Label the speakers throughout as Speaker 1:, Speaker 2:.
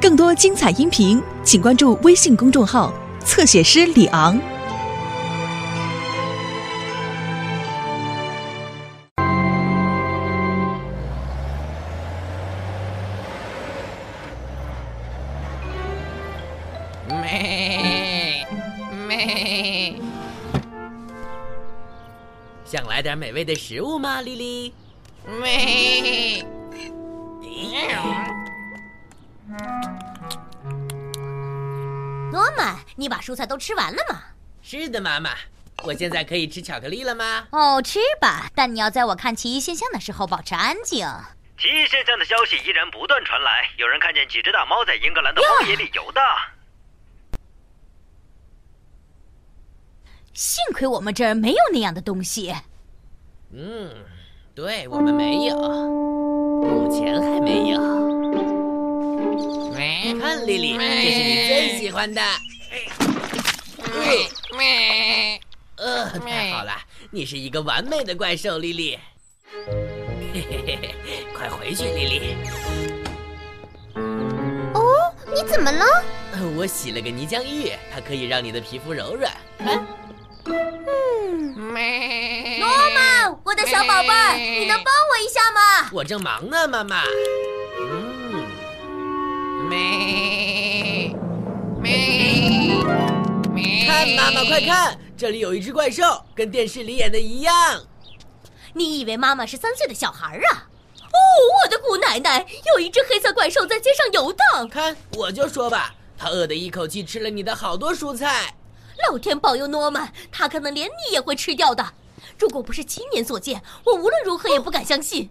Speaker 1: 更多精彩音频，请关注微信公众号“侧写师李昂”。
Speaker 2: 妹妹，
Speaker 3: 想来点美味的食物吗，丽丽？
Speaker 2: 妹，
Speaker 4: 诺曼，你把蔬菜都吃完了吗？
Speaker 3: 是的，妈妈，我现在可以吃巧克力了吗？
Speaker 4: 哦，吃吧，但你要在我看奇异现象的时候保持安静。
Speaker 5: 奇异现象的消息依然不断传来，有人看见几只大猫在英格兰的荒野里游荡。
Speaker 4: 幸亏我们这儿没有那样的东西。
Speaker 3: 嗯，对我们没有，目前还没有。
Speaker 2: 妹
Speaker 3: 看，丽丽，这是你最喜欢的。
Speaker 2: 妹妹，
Speaker 3: 呃，太好了，你是一个完美的怪兽，丽丽。嘿嘿嘿嘿，快回去，丽丽。
Speaker 4: 哦，你怎么了？
Speaker 3: 呃 我洗了个泥浆浴，它可以让你的皮肤柔软。
Speaker 2: 妹，
Speaker 4: 诺曼，我的小宝贝儿，你能帮我一下吗？
Speaker 3: 我正忙呢，妈妈。嗯，
Speaker 2: 妹，妹，妹，
Speaker 3: 看，妈妈，快！看，这里有一只怪兽，跟电视里演的一样。
Speaker 4: 你以为妈妈是三岁的小孩儿啊？哦，我的姑奶奶，有一只黑色怪兽在街上游荡。
Speaker 3: 看，我就说吧，他饿得一口气吃了你的好多蔬菜。
Speaker 4: 老天保佑诺曼，它可能连你也会吃掉的。如果不是亲眼所见，我无论如何也不敢相信。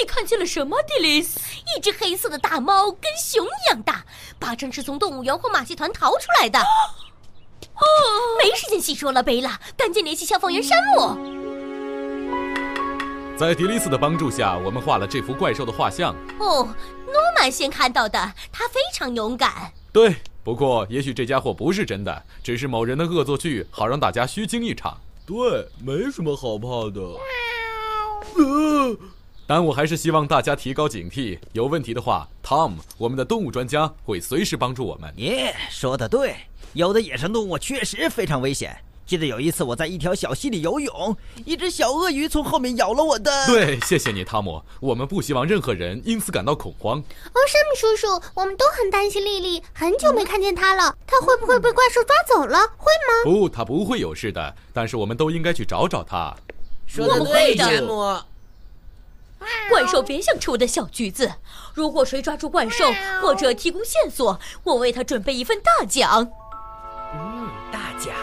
Speaker 4: 你看见了什么，迪丽斯？一只黑色的大猫，跟熊一样大，八成是从动物园或马戏团逃出来的。哦，没时间细说了，贝拉，赶紧联系消防员山姆。
Speaker 6: 在迪丽斯的帮助下，我们画了这幅怪兽的画像。
Speaker 4: 哦，诺曼先看到的，他非常勇敢。
Speaker 6: 对，不过也许这家伙不是真的，只是某人的恶作剧，好让大家虚惊一场。
Speaker 7: 对，没什么好怕的。
Speaker 6: 呃但我还是希望大家提高警惕，有问题的话，Tom，我们的动物专家会随时帮助我们。
Speaker 8: 耶，说的对，有的野生动物确实非常危险。记得有一次我在一条小溪里游泳，一只小鳄鱼从后面咬了我的。，
Speaker 6: 对，谢谢你，汤姆。我们不希望任何人因此感到恐慌。
Speaker 9: 哦，山姆叔叔，我们都很担心丽丽，很久没看见她了，她会不会被怪兽抓走了？会吗？
Speaker 6: 不，他不会有事的。但是我们都应该去找找他。
Speaker 3: 说的
Speaker 4: 我会
Speaker 3: 对，
Speaker 4: 的
Speaker 3: 山姆。
Speaker 4: 怪兽别想吃我的小橘子。如果谁抓住怪兽或者提供线索，我为他准备一份大奖。
Speaker 3: 嗯，大奖。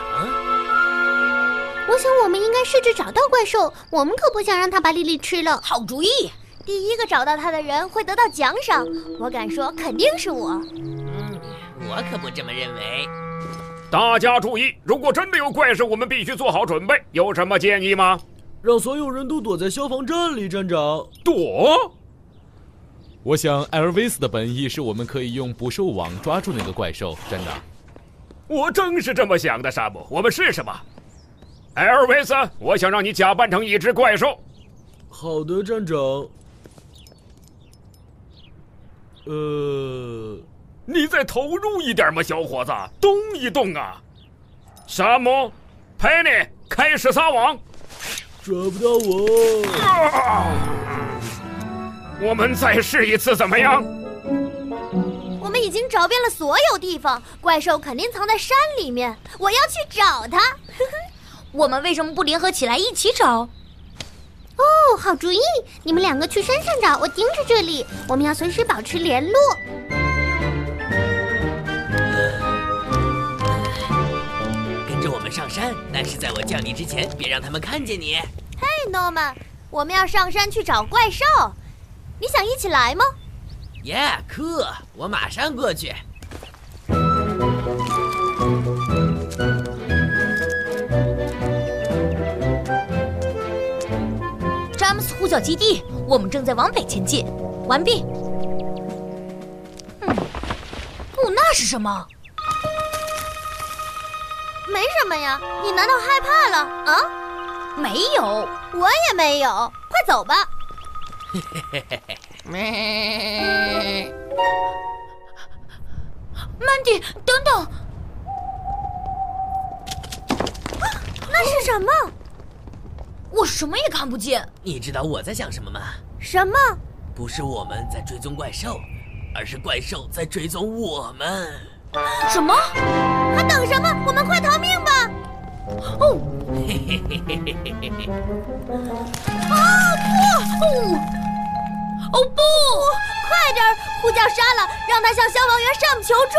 Speaker 9: 我想我们应该试着找到怪兽，我们可不想让它把丽丽吃了。
Speaker 4: 好主意。
Speaker 9: 第一个找到它的人会得到奖赏，我敢说肯定是我。
Speaker 3: 嗯，我可不这么认为。
Speaker 10: 大家注意，如果真的有怪兽，我们必须做好准备。有什么建议吗？
Speaker 7: 让所有人都躲在消防站里，站长。
Speaker 10: 躲？
Speaker 6: 我想艾尔维斯的本意是我们可以用捕兽网抓住那个怪兽，真的。
Speaker 10: 我正是这么想的，沙姆。我们试试吧。艾尔维斯，我想让你假扮成一只怪兽。
Speaker 7: 好的，站长。呃，
Speaker 10: 你再投入一点嘛，小伙子，动一动啊！沙姆，佩妮，开始撒网。
Speaker 7: 抓不到我。
Speaker 10: 我们再试一次，怎么样？
Speaker 9: 我们已经找遍了所有地方，怪兽肯定藏在山里面，我要去找它。
Speaker 4: 我们为什么不联合起来一起找？
Speaker 9: 哦，好主意！你们两个去山上找，我盯着这里。我们要随时保持联络。
Speaker 3: 跟着我们上山，但是在我叫你之前，别让他们看见你。
Speaker 9: 嘿，诺曼，哎我们要上山去找怪兽，你想一起来吗？
Speaker 3: Yeah，cool，我马上过去。
Speaker 4: 詹姆斯呼叫基地，我们正在往北前进。完毕。嗯，哦，那是什么？
Speaker 9: 没什么呀，你难道害怕了啊？
Speaker 4: 没有。
Speaker 9: 我也没有，快走吧。
Speaker 2: 妹。
Speaker 4: 迪，等等，啊
Speaker 9: 那是什么？
Speaker 4: 哦我什么也看不见。
Speaker 3: 你知道我在想什么吗？
Speaker 9: 什么？
Speaker 3: 不是我们在追踪怪兽，而是怪兽在追踪我们。
Speaker 4: 什么？
Speaker 9: 还等什么？我们快逃命吧！
Speaker 4: 哦，
Speaker 3: 嘿嘿嘿嘿嘿嘿嘿嘿！
Speaker 9: 啊
Speaker 4: 哦不！
Speaker 9: 快点儿呼叫莎拉，让她向消防员上求助。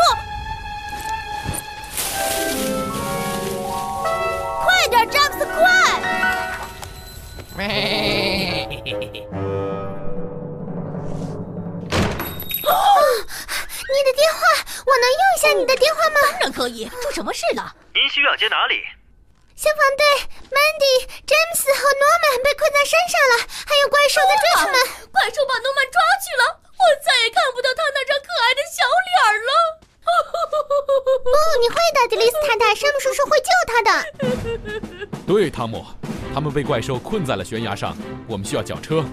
Speaker 9: 快点儿，詹姆斯，快！
Speaker 2: 咩
Speaker 3: 嘿嘿嘿嘿
Speaker 9: 你的电话，我能用一下你的电话吗？
Speaker 4: 当然可以，出什么事了？
Speaker 5: 您需要接哪里？
Speaker 9: 消防队，Mandy、詹姆斯和诺曼被困在山上了，还有怪兽在追他们。
Speaker 4: 怪兽把诺曼抓去了，我再也看不到他那张可爱的小脸儿了。
Speaker 9: 不，哦你会的，迪丽斯太太，山姆叔叔会救他的。
Speaker 6: 对，汤姆，他们被怪兽困在了悬崖上，我们需要绞车。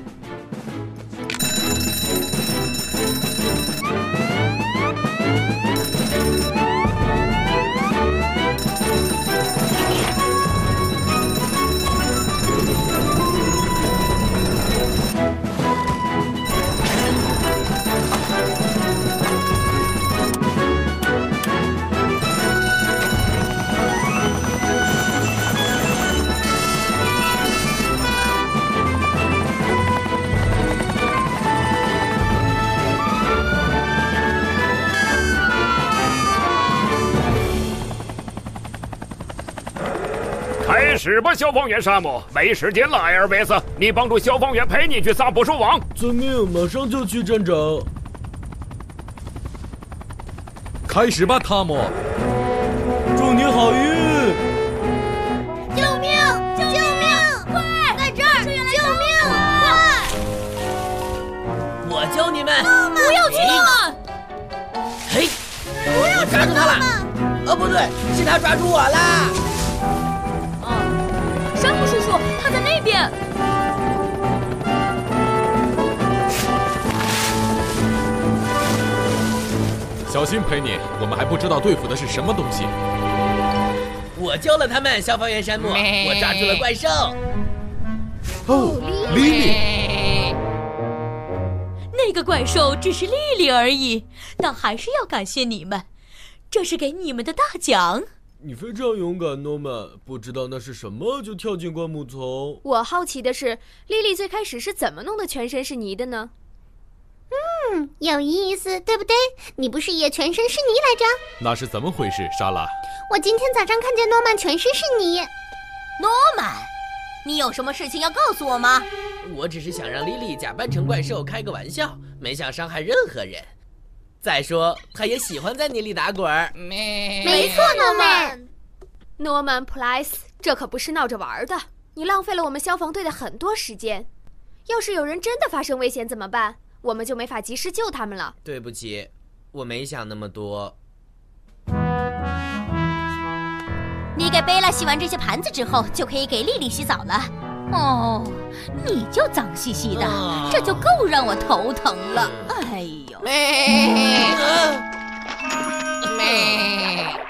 Speaker 10: 开始吧，消防员沙漠，没时间了，艾尔维斯，你帮助消防员陪你去撒捕兽网。
Speaker 7: 遵命，马上就去，站长。
Speaker 6: 开始吧，汤姆！
Speaker 7: 祝你好运。
Speaker 9: 救命！救命！快，在这儿！救命！快！
Speaker 3: 我救你们！
Speaker 9: 不要去
Speaker 4: 啊，
Speaker 3: 嘿，我抓住他了！哦，不对，是他抓住我啦！
Speaker 4: 山姆叔叔他在那边。
Speaker 6: 小心，陪你，我们还不知道对付的是什么东西。
Speaker 3: 我救了他们，消防员山姆，
Speaker 2: 咩
Speaker 3: 我抓住了怪兽。
Speaker 6: 哦，莉莉。
Speaker 4: 那个怪兽只是丽丽而已，但还是要感谢你们，这是给你们的大奖。
Speaker 7: 你非常勇敢，诺曼。不知道那是什么，就跳进灌木丛。
Speaker 11: 我好奇的是，莉莉最开始是怎么弄得全身是泥的呢？
Speaker 9: 有意思，对不对？你不是也全身是泥来着？
Speaker 6: 那是怎么回事，莎拉？
Speaker 9: 我今天早上看见诺曼全身是泥。
Speaker 4: 诺曼，你有什么事情要告诉我吗？
Speaker 3: 我只是想让莉莉假扮成怪兽开个玩笑，没想伤害任何人。再说，她也喜欢在泥里打滚儿。
Speaker 2: 咩
Speaker 9: 没错，诺曼。
Speaker 11: 诺曼·普莱斯，这可不是闹着玩儿的，你浪费了我们消防队的很多时间。要是有人真的发生危险怎么办？我们就没法及时救他们了。
Speaker 3: 对不起，我没想那么多。
Speaker 4: 你给贝拉洗完这些盘子之后，就可以给丽丽洗澡了。哦，你就脏兮兮的，
Speaker 3: 啊
Speaker 4: 这就够让我头疼了。哎呦，
Speaker 2: 咩咩。